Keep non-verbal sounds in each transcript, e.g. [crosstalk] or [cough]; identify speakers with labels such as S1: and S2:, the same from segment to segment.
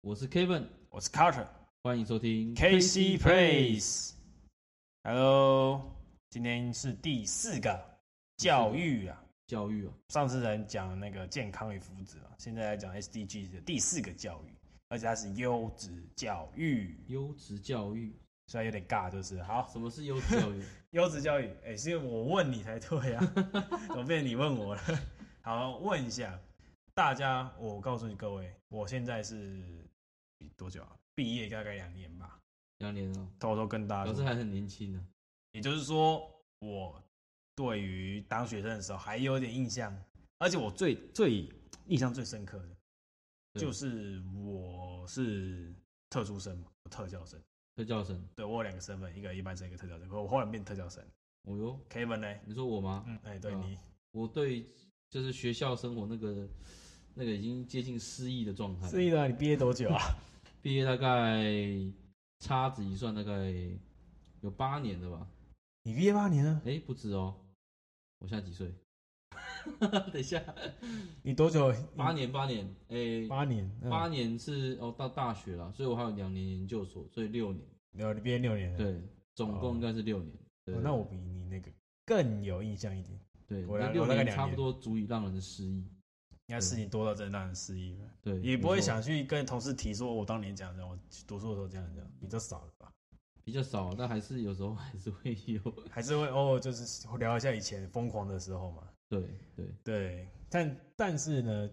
S1: 我是 Kevin，
S2: 我是 Carter
S1: 欢迎收听
S2: KC Plays。Hello，今天是第四个教育啊，
S1: 教育啊，
S2: 上次人讲那个健康与福祉嘛，现在来讲 SDG 的第四个教育，而且它是优质教育，
S1: 优质教育。
S2: 虽然有点尬，就是好
S1: 什么是优质教育？ [laughs]
S2: 优质教育，哎、是因为我问你才对啊，怎么变成你问我了？好，问一下大家，我告诉你各位，我现在是多久啊？毕业大概两年吧，
S1: 两年了，
S2: 偷偷跟大家
S1: 表
S2: 说
S1: 示还很年轻啊呢、
S2: 也就是说，我对于当学生的时候还有点印象，而且我最最印象最深刻的，
S1: 对
S2: 就是我是特殊生嘛，特教生。
S1: 特教生，
S2: 对我有两个身份，一个一般生，一个特教生。可我后来变特教生。
S1: 哦哟，
S2: Kevin 呢？
S1: 你说我吗？
S2: 嗯，哎、对
S1: 啊
S2: 你，
S1: 我对就是学校生活那个那个已经接近失忆的状态，
S2: 是的，你毕业多久啊？
S1: 毕业大概掐指一算，大概有八年了吧？
S2: 你毕业八年了，
S1: 哎、不止哦，我现在几岁？ [laughs] 等一下，
S2: 你多久？
S1: 八年，八年，哎、
S2: 八年，嗯
S1: 八年是哦到大学了，所以我还有两年研究所，所以六年，
S2: 有你毕业六年了。
S1: 对，总共应该是六年。对
S2: 嗯哦那我比你那个更有印象一点。
S1: 对
S2: 我
S1: 那
S2: 来
S1: 六
S2: 我那个
S1: 年
S2: 两
S1: 差不
S2: 年
S1: 多足以让人失忆。
S2: 应该事情多到真的让人失忆了。
S1: 对，
S2: 也不会
S1: 没错
S2: 想去跟同事提说，我当年讲的，我读书的时候这样讲，比较少了吧？
S1: 比较少，但还是有时候 [laughs] 还是会有。
S2: 还是会偶尔就是聊一下以前疯狂的时候嘛。
S1: 对对，
S2: 对，但但是呢，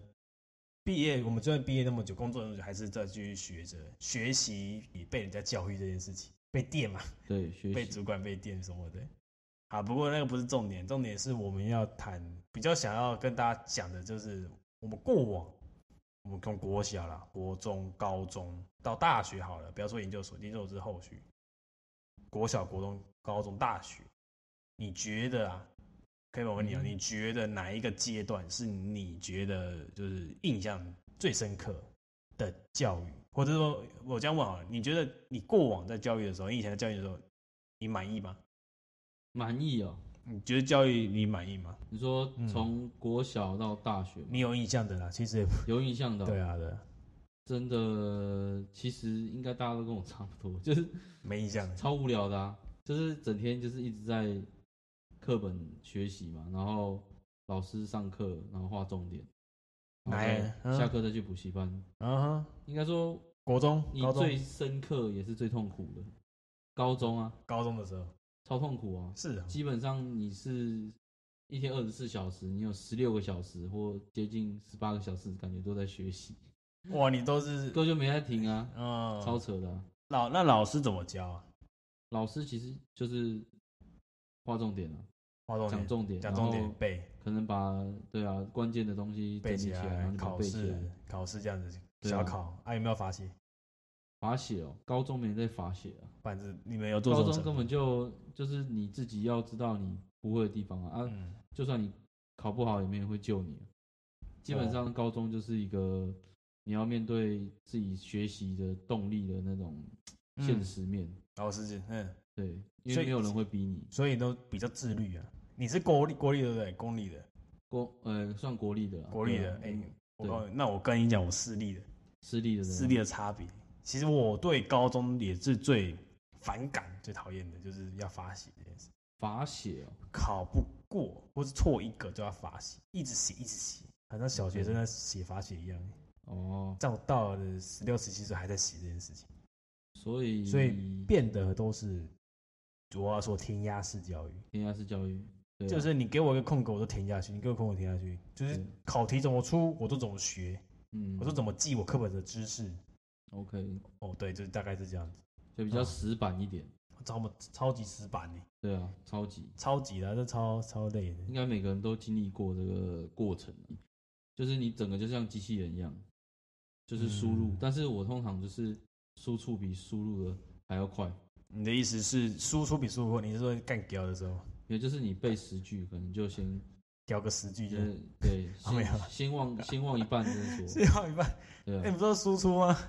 S2: 毕业我们就算毕业那么久，工作那么久，还是在继续学着学习，以被人家教育这件事情，被电嘛，
S1: 对，学
S2: [laughs] 被
S1: 习
S2: 主管被电什么的。啊，不过那个不是重点，重点是我们要谈比较想要跟大家讲的就是我们过往，我们从国小啦、国中、高中到大学好了，不要说研究所，研究所是后续，国小、国中、高中、大学，你觉得啊？可以我问你啊，
S1: 嗯
S2: 你觉得哪一个阶段是你觉得就是印象最深刻的教育？或者说，我这样问好了，你觉得你过往在教育的时候，你以前在教育的时候，你满意吗？
S1: 满意哦。
S2: 你觉得教育你满意吗？
S1: 你说
S2: 嗯
S1: 从国小到大学嘛，
S2: 你有印象的啦，其实也不
S1: 有印象的哦、
S2: 对啊，对啊，
S1: 真的，其实应该大家都跟我差不多，就是
S2: 没印象的。
S1: 超无聊的啊，就是整天就是一直在课本学习嘛，然后老师上课，然后画重点，然
S2: 哪
S1: 后
S2: 嗯
S1: 再下课再去补习班。
S2: 嗯哼，
S1: 应该说
S2: 国中、
S1: 你
S2: 高
S1: 最
S2: 中、
S1: 深刻也是最痛苦的，高中啊，
S2: 高中的时候
S1: 超痛苦啊，
S2: 是啊，
S1: 基本上你是一天二十四小时，你有十六个小时或接近十八个小时，感觉都在学习，
S2: 哇，你都是
S1: 课就没在停啊，
S2: 嗯，
S1: 超扯的啊、
S2: 老那老师怎么教啊？
S1: 老师其实就是划重点啊，
S2: 画重
S1: 讲
S2: 点，
S1: 重点，
S2: 讲
S1: 然后
S2: 重点，背
S1: 可能把对啊关键的东西整
S2: 背
S1: 理
S2: 起
S1: 起来，然
S2: 来
S1: 后，你把它
S2: 考
S1: 背起
S2: 试
S1: 来。
S2: 考试这样子，
S1: 对啊
S2: 小考啊有没有罚写？
S1: 罚写哦，高中没在罚写啊，
S2: 反正你们有做
S1: 高
S2: 什么
S1: 中
S2: 惩
S1: 根
S2: 罚？
S1: 本就就是你自己要知道你不会的地方啊啊，
S2: 嗯，
S1: 就算你考不好，也没人会救你啊、基本
S2: 哦
S1: 上高中就是一个你要面对自己学习的动力的那种
S2: 嗯
S1: 现实面，
S2: 老师就嗯，
S1: 对，因为
S2: 所以
S1: 没有人会逼你。
S2: 所以都比较自律啊。你是国立国立的对不对？公立的
S1: 国呃算国立的啦，
S2: 国立的，
S1: 对
S2: 哎
S1: 啊，
S2: 我告诉你，那我跟你讲，我私立的。
S1: 私立的人啊
S2: 私立的差别。其实我对高中也是最反感、最讨厌的，就是要罚写这件事。
S1: 罚写哦，
S2: 考不过或是错一个就要罚写，一直写一直写，好像小学生在写罚写一样。
S1: 哦，
S2: 在我到了十六、十七岁还在写这件事情，
S1: 所以
S2: 所以变得都是我要说填鸭式教育，
S1: 填鸭式教育，对啊
S2: 就是你给我一个空格我都填下去，你给我空格我填下去，就是
S1: 对
S2: 考题怎么出我都怎么学，
S1: 嗯，
S2: 我都怎么记我课本的知识。
S1: OK，
S2: 哦，对，就是大概是这样子，
S1: 就比较
S2: 啊
S1: 死板一点，
S2: 超超级死板呢。
S1: 对啊，超级
S2: 超级的，这超超累的。
S1: 应该每个人都经历过这个过程啊，就是你整个就像机器人一样，就是输入，
S2: 嗯
S1: 但是我通常就是输出比输入的还要快，
S2: 你的意思是输出比输入快？你是说干屌的时候
S1: 也就是你背十句，可能就
S2: [laughs]
S1: 先
S2: 屌个十句
S1: 就
S2: 就是 [laughs]
S1: 对，
S2: 啊没有
S1: 先先忘先忘一半
S2: [laughs]
S1: 再说，
S2: 最后一半？
S1: 对
S2: 哎、
S1: 啊
S2: 不是说输出吗？ [laughs]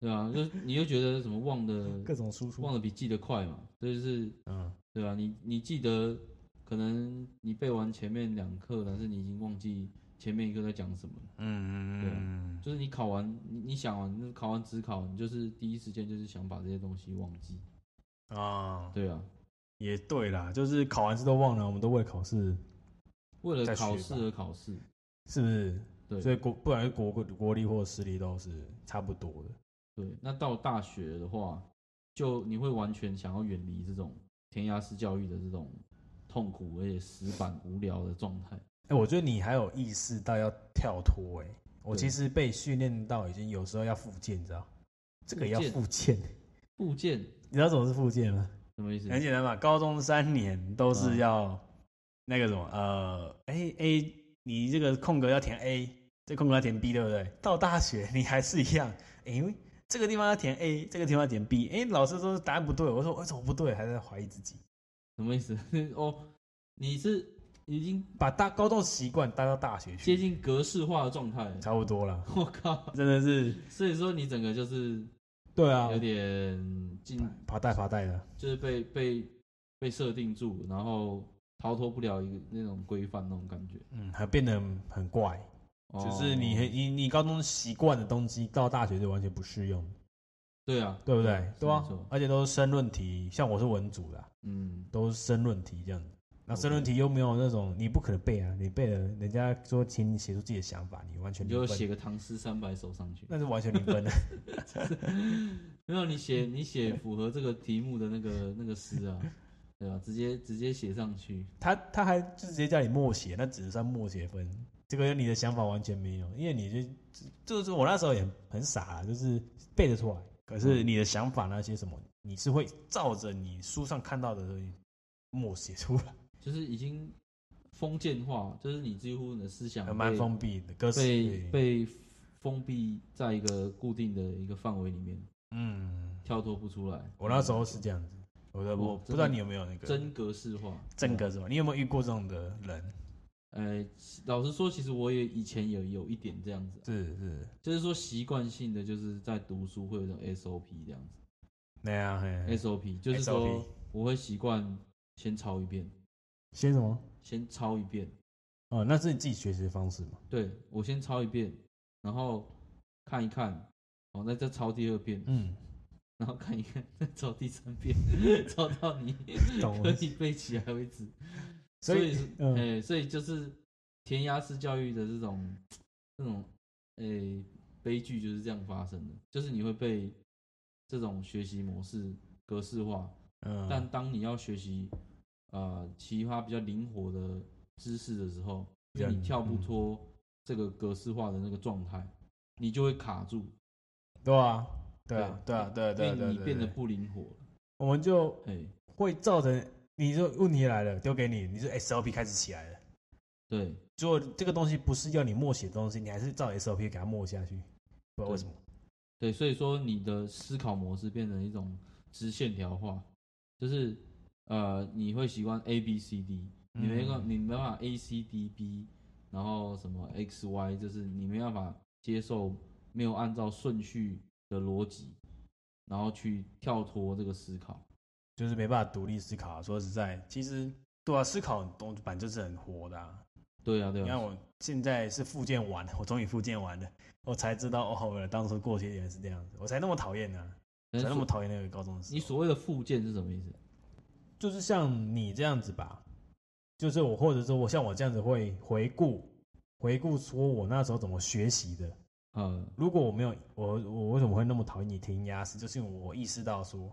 S1: 对啊，就你就觉得什么忘的
S2: 各种输出。
S1: 忘的比记得快嘛，这就是
S2: 嗯，
S1: 对啊，你你记得可能你背完前面两课，但是你已经忘记前面一个在讲什么了。
S2: 嗯嗯嗯嗯，
S1: 就是你考完，你你想完那考完职考，你就是第一时间就是想把这些东西忘记。
S2: 啊，
S1: 对啊，
S2: 也对啦，就是考完试都忘了，我们都为了考试，
S1: 为了
S2: 再学
S1: 考
S2: 吧
S1: 试而考试。
S2: 是不是？
S1: 对
S2: 所以国不管是国国力或私立都是差不多的。
S1: 对，那到大学的话，就你会完全想要远离这种填鸭式教育的这种痛苦而且死板无聊的状态。
S2: 哎、我觉得你还有意识到要跳脱哎、我
S1: 对
S2: 其实被训练到已经有时候要复健，你知道，这个也要
S1: 复健
S2: 复健。
S1: 部件
S2: 你知道什么是复健吗？
S1: 什么意思？
S2: 很简单嘛，高中三年都
S1: 嗯
S2: 是要那个什么呃，A A，你这个空格要填 A，这空格要填 B，对不对？到大学你还是一样，哎、因为这个地方要填 A，这个地方要填 B，哎、老师说答案不对，我说为什么不对，还在怀疑自己，
S1: 什么意思？ [laughs] 哦，你是已经
S2: 把大高中习惯带到大学
S1: 接
S2: 去，
S1: 近格式化的状态了。
S2: 差不多了，
S1: [laughs] 我靠！
S2: 真的是
S1: 所以说你整个就是
S2: 对啊
S1: 有，点进，
S2: 爬带爬带的。
S1: 就是被被被设定住，然后逃脱不了一个那种规范那种感觉。
S2: 嗯，还变得很怪，就是你
S1: 哦
S2: 很你你高中习惯的东西，到大学就完全不适用，
S1: 对啊，
S2: 对不对？
S1: 是
S2: 对啊
S1: 没错，
S2: 而且都是申论题，像我是文组的啊，
S1: 嗯，
S2: 都是申论题这样子。那
S1: OK
S2: 申论题又没有那种你不可能背啊，你背了人家说请你写出自己的想法，你完全
S1: 你
S2: 零
S1: 就
S2: 分，
S1: 写个唐诗三百首上去。
S2: 那是完全
S1: [laughs]
S2: 零分的。
S1: 没有，你写
S2: 嗯
S1: 你写符合这个题目的那
S2: [laughs]
S1: 个那个诗啊，对吧？直接直接写上去，
S2: 他他还就直接叫你默写，那只算默写分，这个跟你的想法完全没有，因为你就就是我那时候也很傻啦，就是背得出来，可是你的想法那些什么，你是会照着你书上看到的东西默写出来，
S1: 就是已经封建化，就是你几乎你的思想
S2: 还蛮
S1: 被
S2: 封闭的，歌词
S1: 被
S2: 对
S1: 被封闭在一个固定的一个范围里面，
S2: 嗯，
S1: 跳脱不出来。
S2: 我那时候是这样子，我的我
S1: 哦
S2: 不知道你有没有那个
S1: 真格式化，
S2: 真格是吧？你有没有遇过这种的人？
S1: 呃，其老实说，其实我也以前也有一点这样子啊，
S2: 是是
S1: 就是说习惯性的就是在读书会有一种 SOP 这样子、
S2: 那样，嘿
S1: s o p 就是说
S2: SOP
S1: 我会习惯先抄一遍，
S2: 写什么？
S1: 先抄一遍，
S2: 哦，那是你自己学习的方式嘛？
S1: 对我先抄一遍，然后看一看，哦，那再抄第二遍，
S2: 嗯，
S1: 然后看一看，再抄第三遍， [laughs] 抄到你
S2: [laughs]
S1: [laughs]
S2: 懂
S1: 可
S2: 了。
S1: 以背起来为止。
S2: 所以
S1: 是，哎、
S2: 嗯
S1: 所以就是填鸭式教育的这种这种哎、悲剧就是这样发生的，就是你会被这种学习模式格式化，
S2: 嗯，
S1: 但当你要学习呃其他比较灵活的知识的时候，
S2: 比
S1: 就
S2: 较
S1: 你跳不
S2: 嗯
S1: 脱这个格式化的那个状态，你就会卡住，
S2: 对啊，对啊，对啊，对啊，
S1: 因
S2: 对啊，对啊
S1: 为
S2: 对啊
S1: 你变得
S2: 对啊
S1: 不灵活了。
S2: 我们就
S1: 哎、
S2: 会造成，你说问题来了，丢给你，你说 SOP 开始起来了，
S1: 对，
S2: 结果这个东西不是要你默写的东西，你还是照 SOP 给它默下去，不知道为什么。
S1: 对，所以说你的思考模式变成一种直线条化，就是呃，你会习惯 A B C D，你没
S2: 嗯
S1: 办法，你没办法 A C D B，然后什么 X Y，就是你没办法接受没有按照顺序的逻辑，然后去跳脱这个思考。
S2: 就是没办法独立思考。啊说实在，其实对啊，思考东本来就是很活的、啊。
S1: 对啊，对
S2: 你看
S1: 啊，
S2: 我现在是复健完了，我终于复健完了，我才知道哦，我当初过去原来是这样子，我才那么讨厌呢、
S1: 但
S2: 才
S1: 是
S2: 那
S1: 所
S2: 么讨厌那个高中生。
S1: 你所谓的附件是什么意思？
S2: 就是像你这样子吧，就是我或者说我像我这样子会回顾，回顾说我那时候怎么学习的。
S1: 呃，
S2: 如果我没有我我为什么会那么讨厌你填鸭式，就是因为我意识到说，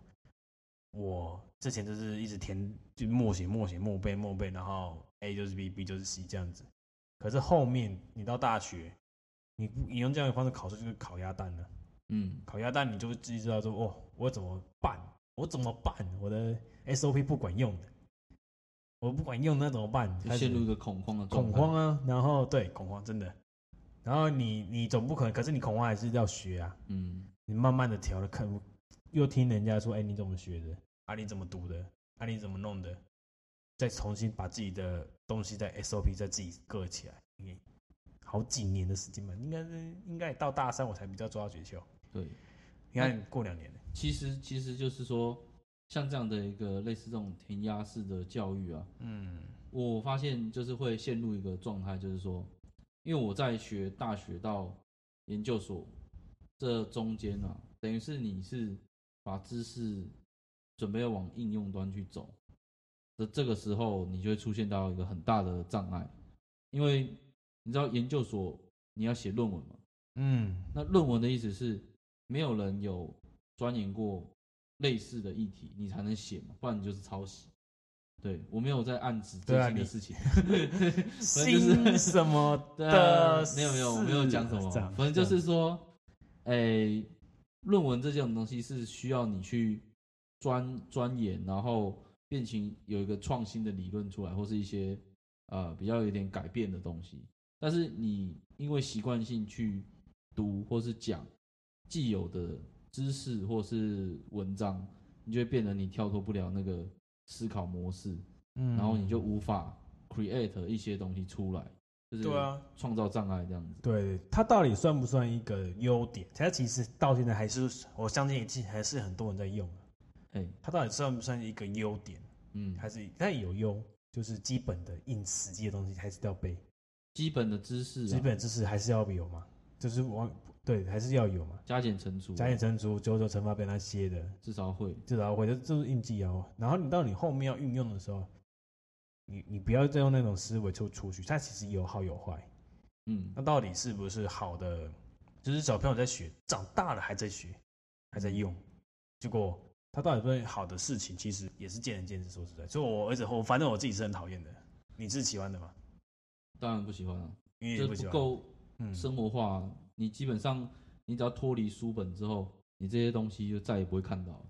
S2: 我之前就是一直填就默写默写默背默背，然后 A 就是 B，B 就是 C 这样子。可是后面你到大学，你你用这样的方式考试就是烤鸭蛋了。
S1: 嗯，
S2: 烤鸭蛋，你就会自己知道说，哦，我怎么办？我怎么办？我的 SOP 不管用的，我不管用那怎么办？
S1: 就
S2: 开始
S1: 陷入一个恐慌的状
S2: 恐
S1: 态。
S2: 慌啊，然后对恐慌真的，然后你你总不可能，可是你恐慌还是要学啊，
S1: 嗯，
S2: 你慢慢的调了看，又听人家说，哎、你怎么学的？啊，你怎么读的？啊，你怎么弄的？再重新把自己的东西在 SOP 再自己搁起来，你好几年的时间吧，应该是应该到大三我才比较抓到诀窍。
S1: 对。
S2: 你看过两年了。
S1: 其实其实就是说，像这样的一个类似这种填鸭式的教育啊，
S2: 嗯
S1: 我发现就是会陷入一个状态，就是说，因为我在学大学到研究所这中间啊，等于是你是把知识准备要往应用端去走的这个时候，你就会出现到一个很大的障碍，因为你知道研究所你要写论文嘛，
S2: 嗯，
S1: 那论文的意思是没有人有钻研过类似的议题，你才能写嘛，不然你就是抄袭。对我没有在暗指最
S2: 对啊
S1: 近的
S2: 你
S1: 事情，正就是
S2: 新什么
S1: 对啊
S2: 的事，
S1: 没有没有我没有讲什么，
S2: 这样
S1: 反正就是说，诶、论文这种东西是需要你去钻钻研，然后变成有一个创新的理论出来，或是一些呃比较有点改变的东西。但是你因为习惯性去读或是讲既有的知识或是文章，你就会变得你跳脱不了那个思考模式，
S2: 嗯
S1: 然后你就无法 create 一些东西出来，就是
S2: 对啊，
S1: 创造障碍这样子。
S2: 对它到底算不算一个优点？它其实到现在还是，我相信其实还是很多人在用的。
S1: 哎、
S2: 它到底算不算一个优点？
S1: 嗯，
S2: 还是它有优，就是基本的硬实际的东西还是要背，
S1: 基本的知识、啊，
S2: 基本知识还是要有嘛，就是往对还是要有嘛。
S1: 加减乘除啊、
S2: 加减乘除、九九乘法表那些的，
S1: 至少会
S2: 至少会这这是印记哦。然后你到你后面要运用的时候，你你不要再用那种思维出出去，它其实有好有坏。
S1: 嗯
S2: 那到底是不是好的？就是小朋友在学，长大了还在学，还在用，结果他到底对好的事情，其实也是见仁见智。说实在，所以我儿子我反正我自己是很讨厌的，你是喜欢的吗？
S1: 当然不喜欢啊，
S2: 因为
S1: 就
S2: 你不
S1: 是
S2: 喜
S1: 不
S2: 欢，
S1: 够
S2: 嗯，
S1: 生活化啊、你基本上你只要脱离书本之后，你这些东西就再也不会看到了。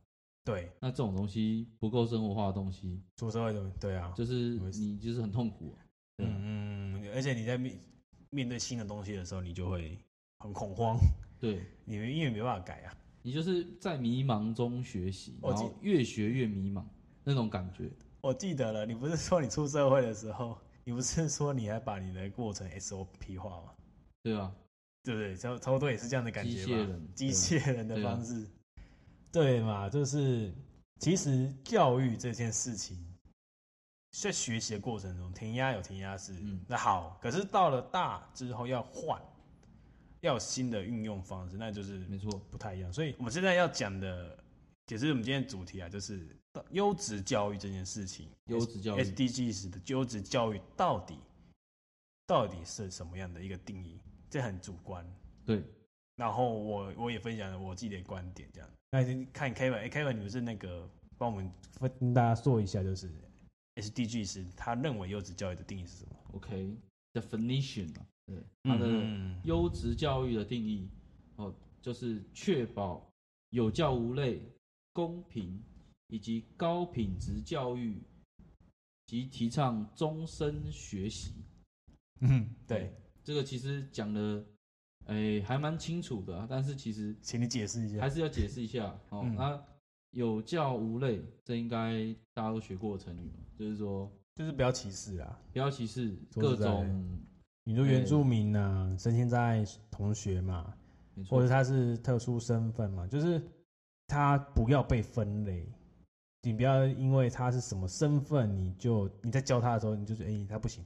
S2: 对，
S1: 那这种东西不够生活化的东西，
S2: 出社会的对啊，
S1: 就是
S2: 我也是
S1: 你就是很痛苦啊、对啊
S2: 嗯嗯，而且你在面面对新的东西的时候，你就会很恐慌，
S1: 对
S2: 你因为没办法改啊，
S1: 你就是在迷茫中学习，
S2: 我
S1: 然
S2: 记
S1: 后越学越迷茫那种感觉。
S2: 我记得了，你不是说你出社会的时候，你不是说你还把你的过程 SOP 化吗？
S1: 对啊，
S2: 对不对？差差不多也是这样的感
S1: 机
S2: 觉
S1: 械
S2: 吧。
S1: 人，
S2: 机
S1: 对啊
S2: 械人的方式，对嘛？就是其实教育这件事情，在学习的过程中，填鸭有填鸭式，
S1: 嗯
S2: 那好。可是到了大之后要换，要有新的运用方式，那就是
S1: 没错，
S2: 不太一样。所以我们现在要讲的，也是我们今天的主题啊，就是优质教育这件事情。
S1: 优质教育
S2: SDGs 的优质教育到底到底是什么样的一个定义？这很主观。
S1: 对，
S2: 然后我我也分享了我自己的观点，这样。那你看 Kevin，哎、k e v i n 你们是那个帮我们跟大家说一下，就是 SDGs 他认为优质教育的定义是什么？
S1: OK，definition、啊，对，它的
S2: 嗯
S1: 优质教育的定义，哦，就是确保有教无类、公平以及高品质教育，及提倡终身学习。
S2: 嗯， [laughs] 对，
S1: 这个其实讲的，诶、还蛮清楚的啊、但是其实
S2: 请你解释一下
S1: 还。是要解释一下哦。
S2: 嗯
S1: 那有教无类，这应该大家都学过的成语嘛，就是说
S2: 就是不要歧视啊，
S1: 不要歧视
S2: 说
S1: 各
S2: 实在的
S1: 种，
S2: 你说原住民呐、啊，身心障碍同学嘛，
S1: 没错
S2: 或者他是特殊身份嘛，就是他不要被分类，你不要因为他是什么身份，你就你在教他的时候，你就是哎、他不行，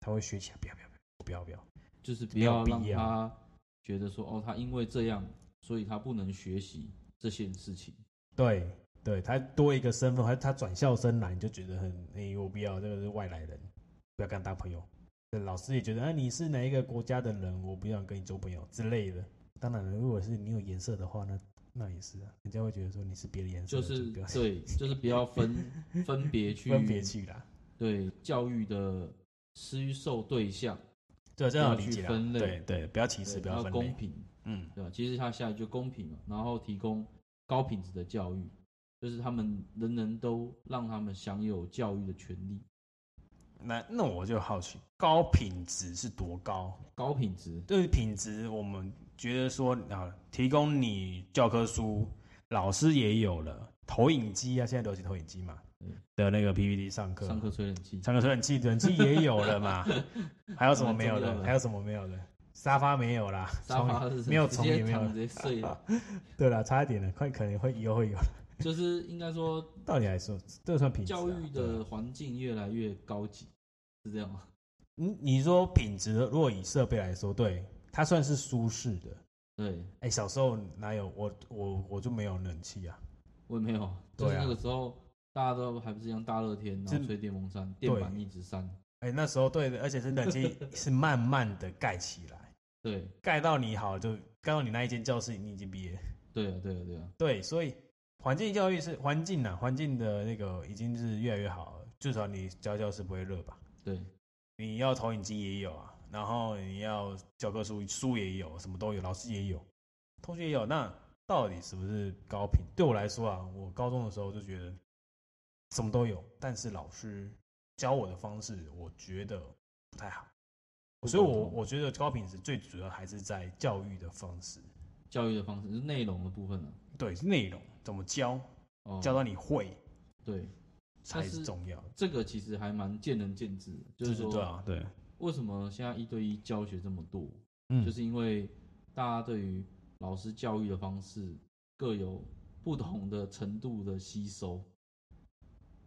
S2: 他会学起来，不要不要不要不要不
S1: 就是不
S2: 没有
S1: 要
S2: 必
S1: 让
S2: 要
S1: 他觉得说哦，他因为这样，所以他不能学习这件事情。
S2: 要，对对，他多一个身份，还是他转校生来，你就觉得很哎、我不要这个是外来人，不要跟他当朋友，对老师也觉得啊你是哪一个国家的人，我不想跟你做朋友之类的。当然了，如果是你有颜色的话，那那也是啊，人家会觉得说你是别的颜色
S1: 就
S2: 的，
S1: 是
S2: 不要
S1: 对，就是不要分分别去
S2: [laughs] 分别去啦。
S1: 对教育的施受对象，
S2: 对，这样
S1: 不要
S2: 理
S1: 去
S2: 解啦
S1: 分类
S2: 对对，不要歧视，
S1: 对
S2: 不
S1: 要
S2: 要分
S1: 公
S2: 类。
S1: 平，
S2: 嗯，
S1: 对吧？其实他下一句公平嘛，然后提供高品质的教育，就是他们人人都让他们享有教育的权利，
S2: 那那我就好奇，高品质是多高？
S1: 高品质，
S2: 对于品质，我们觉得说啊，提供你教科书，老师也有了，投影机啊，现在流行投影机嘛
S1: 嗯
S2: 的那个 PPT 上课，
S1: 上课吹冷气，
S2: 上课传冷气，冷气也有了
S1: [laughs]
S2: 嘛？还有什么没有
S1: 蛮重要
S2: 的？
S1: 嗯的
S2: 还有什么没有的？沙发没有啦，
S1: 沙发
S2: 床
S1: 是
S2: 也没有
S1: 直
S2: 床也
S1: 接
S2: 没有
S1: 躺
S2: 了
S1: 直。接睡了，
S2: [laughs] 对了，差一点了，快可能会以后会有。
S1: 就是应该说
S2: 到底来说，这算品质啊、
S1: 教育
S2: 对啊
S1: 的环境越来越高级，是这样吗？
S2: 你你说品质，如果以设备来说，对它算是舒适的，
S1: 对，
S2: 哎、小时候哪有我我我就没有冷气啊，
S1: 我也没有，就
S2: 对
S1: 是
S2: 啊
S1: 那个时候大家都还不是一样大热天，然
S2: 是
S1: 后吹电风扇，电板一直扇，
S2: 哎、那时候对的，而且是冷气是慢慢的盖起来，
S1: 对，
S2: 盖到你好就盖到你那一间教室你已经毕业，
S1: 对啊，对啊，对啊，
S2: 对，所以环境教育是环境啊，环境的那个已经是越来越好了，至少你教教室不会热吧？
S1: 对，
S2: 你要投影机也有啊，然后你要教科书书也有，什么都有，老师也有，同学也有。那到底是不是高频？对我来说啊，我高中的时候就觉得什么都有，但是老师教我的方式，我觉得不太好。
S1: 不
S2: 所以我，
S1: 沟通
S2: 我觉得高品质最主要还是在教育的方式，
S1: 教育的方式就是内容的部分啊，
S2: 对内容怎么教，
S1: 哦，
S2: 教到你会
S1: 对，
S2: 才
S1: 但是
S2: 是重要的。
S1: 这个其实还蛮见仁见智的，就是
S2: 对
S1: 说
S2: 啊，对，
S1: 为什么现在一对一教学这么多，
S2: 嗯，
S1: 就是因为大家对于老师教育的方式各有不同的程度的吸收，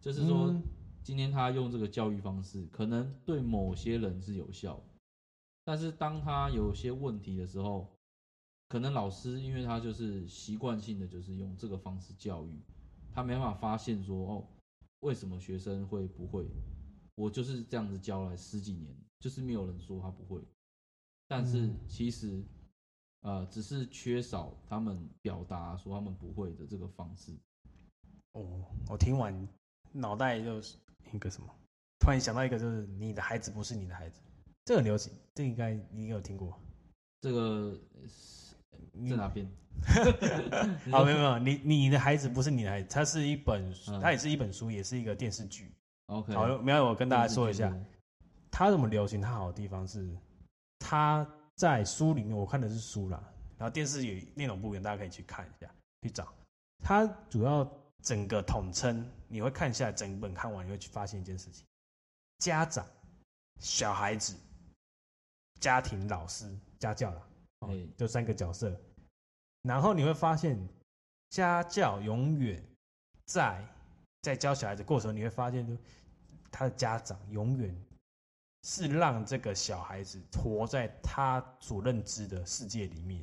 S1: 就是说
S2: 嗯
S1: 今天他用这个教育方式，可能对某些人是有效，但是当他有些问题的时候，可能老师因为他就是习惯性的就是用这个方式教育，他没办法发现说哦，为什么学生会不会？我就是这样子教了十几年，就是没有人说他不会，但是
S2: 嗯
S1: 其实，呃，只是缺少他们表达说他们不会的这个方式。
S2: 哦，我听完脑袋就是一个什么，突然想到一个，就是你的孩子不是你的孩子，这个很流行，这应该你应该有听过。
S1: 这个
S2: 你
S1: 在哪边？
S2: 好，没有没有，你你的孩子不是你的孩子，它是一本，
S1: 嗯
S2: 它也是一本书，也是一个电视剧。
S1: OK，
S2: 好，没有，我跟大家
S1: 电视
S2: 说一
S1: 剧
S2: 下，
S1: 目
S2: 它这么流行，它好的地方是，它在书里面，我看的是书啦，然后电视也内容不一样，大家可以去看一下，去找。它主要整个统称，你会看下来整本看完，你会去发现一件事情：家长、小孩子、家庭、老师、家教啦，哦
S1: 哎，
S2: 就三个角色。然后你会发现，家教永远在在教小孩子过程，你会发现，就他的家长永远是让这个小孩子活在他所认知的世界里面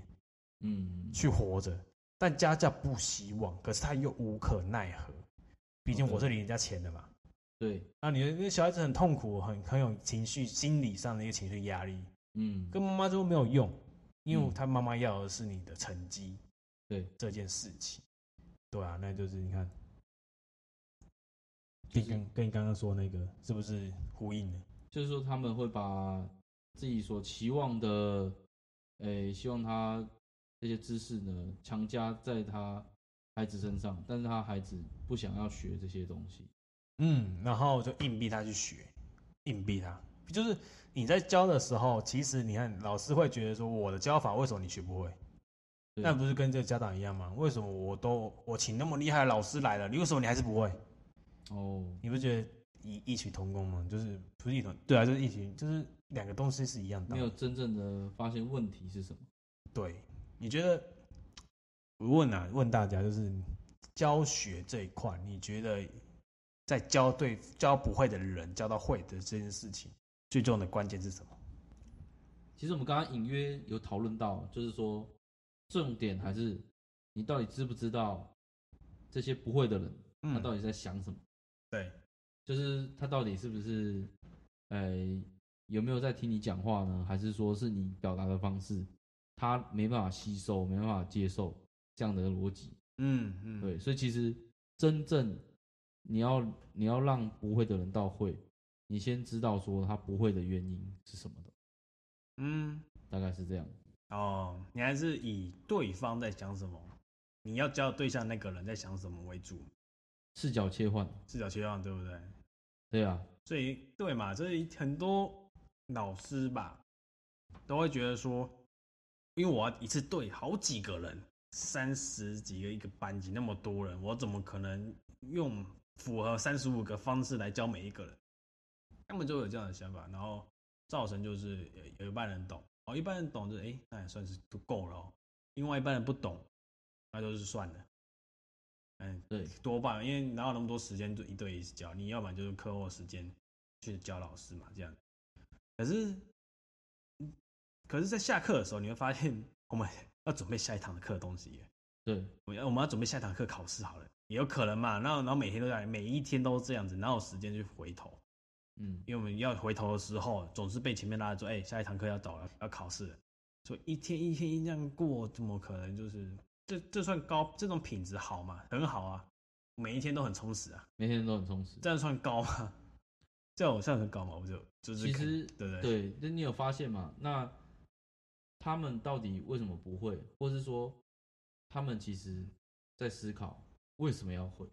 S1: 嗯，
S2: 去活着，但家教不希望，可是他又无可奈何，毕竟
S1: 哦对
S2: 我是领人家钱的嘛。
S1: 嗯对，
S2: 那你的那小孩子很痛苦，很很有情绪、心理上的一个情绪压力，
S1: 嗯，
S2: 跟妈妈说没有用，因为
S1: 嗯
S2: 他妈妈要的是你的成绩，
S1: 对
S2: 这件事情，对啊，那就是你看，
S1: 就
S2: 跟
S1: 是
S2: 刚跟你刚刚说那个是不是呼应的？
S1: 就是说他们会把自己所期望的，诶、希望他这些知识呢强加在他孩子身上，但是他孩子不想要学这些东西。
S2: 嗯，然后就硬逼他去学，硬逼他，就是你在教的时候，其实你看老师会觉得说我的教法为什么你学不会？
S1: 对
S2: 那不是跟这个家长一样吗？为什么我都我请那么厉害的老师来了，你为什么你还是不会？
S1: 哦，
S2: 你不觉得异异曲同工吗？就是不是异同对啊，就是异曲，就是两个东西是一样的
S1: 没。有真正的发现问题是什么。
S2: 对，你觉得？我问啊，问大家，就是教学这一块，你觉得在教对教不会的人教到会的这件事情，最重要的关键是什么？
S1: 其实我们刚刚隐约有讨论到，就是说重点还是你到底知不知道这些不会的人他到
S2: 嗯，
S1: 底在想什么？
S2: 对，
S1: 就是他到底是不是，呃，有没有在听你讲话呢？还是说是你表达的方式，他没办法吸收，没办法接受这样的逻辑？
S2: 嗯嗯，
S1: 对，所以其实真正你要你要让不会的人到会，你先知道说他不会的原因是什么的，
S2: 嗯，
S1: 大概是这样。
S2: 哦，你还是以对方在想什么，你要教对象那个人在想什么为主，
S1: 视角切换，
S2: 视角切换，对不对？
S1: 对啊，
S2: 所以对嘛，所以很多老师吧，都会觉得说，因为我要一次对好几个人，三十几个一个班级那么多人，我怎么可能用符合三十五个方式来教每一个人？他们就有这样的想法，然后造成就是有有一半人懂，哦，一半人懂就是哎、诶那也算是都够了、哦，另外一半人不懂，那就是算了，嗯，
S1: 对，
S2: 多半，因为哪有那么多时间就一对一教，你要不然就是课后时间去教老师嘛，这样。可是，嗯可是在下课的时候，你会发现我们要准备下一堂的课的东西耶。
S1: 对，
S2: 我呃们要我们要准备下一堂课考试好了，也有可能嘛。然后然后每天都在，每一天都这样子，哪有时间去回头？
S1: 嗯，
S2: 因为我们要回头的时候，总是被前面拉着说：“哎、下一堂课要走了，要考试了。”所以一天一天这样过，怎么可能就是这这算高这种品质好吗？很好啊，每一天都很充实啊，
S1: 每天都很充实。
S2: 这样算高吗？ [laughs] 这样我算很高吗？我就就是
S1: 其
S2: 可能
S1: 实
S2: 对不对？
S1: 对，那你有发现吗？那他们到底为什么不会，或是说他们其实在思考为什么要会？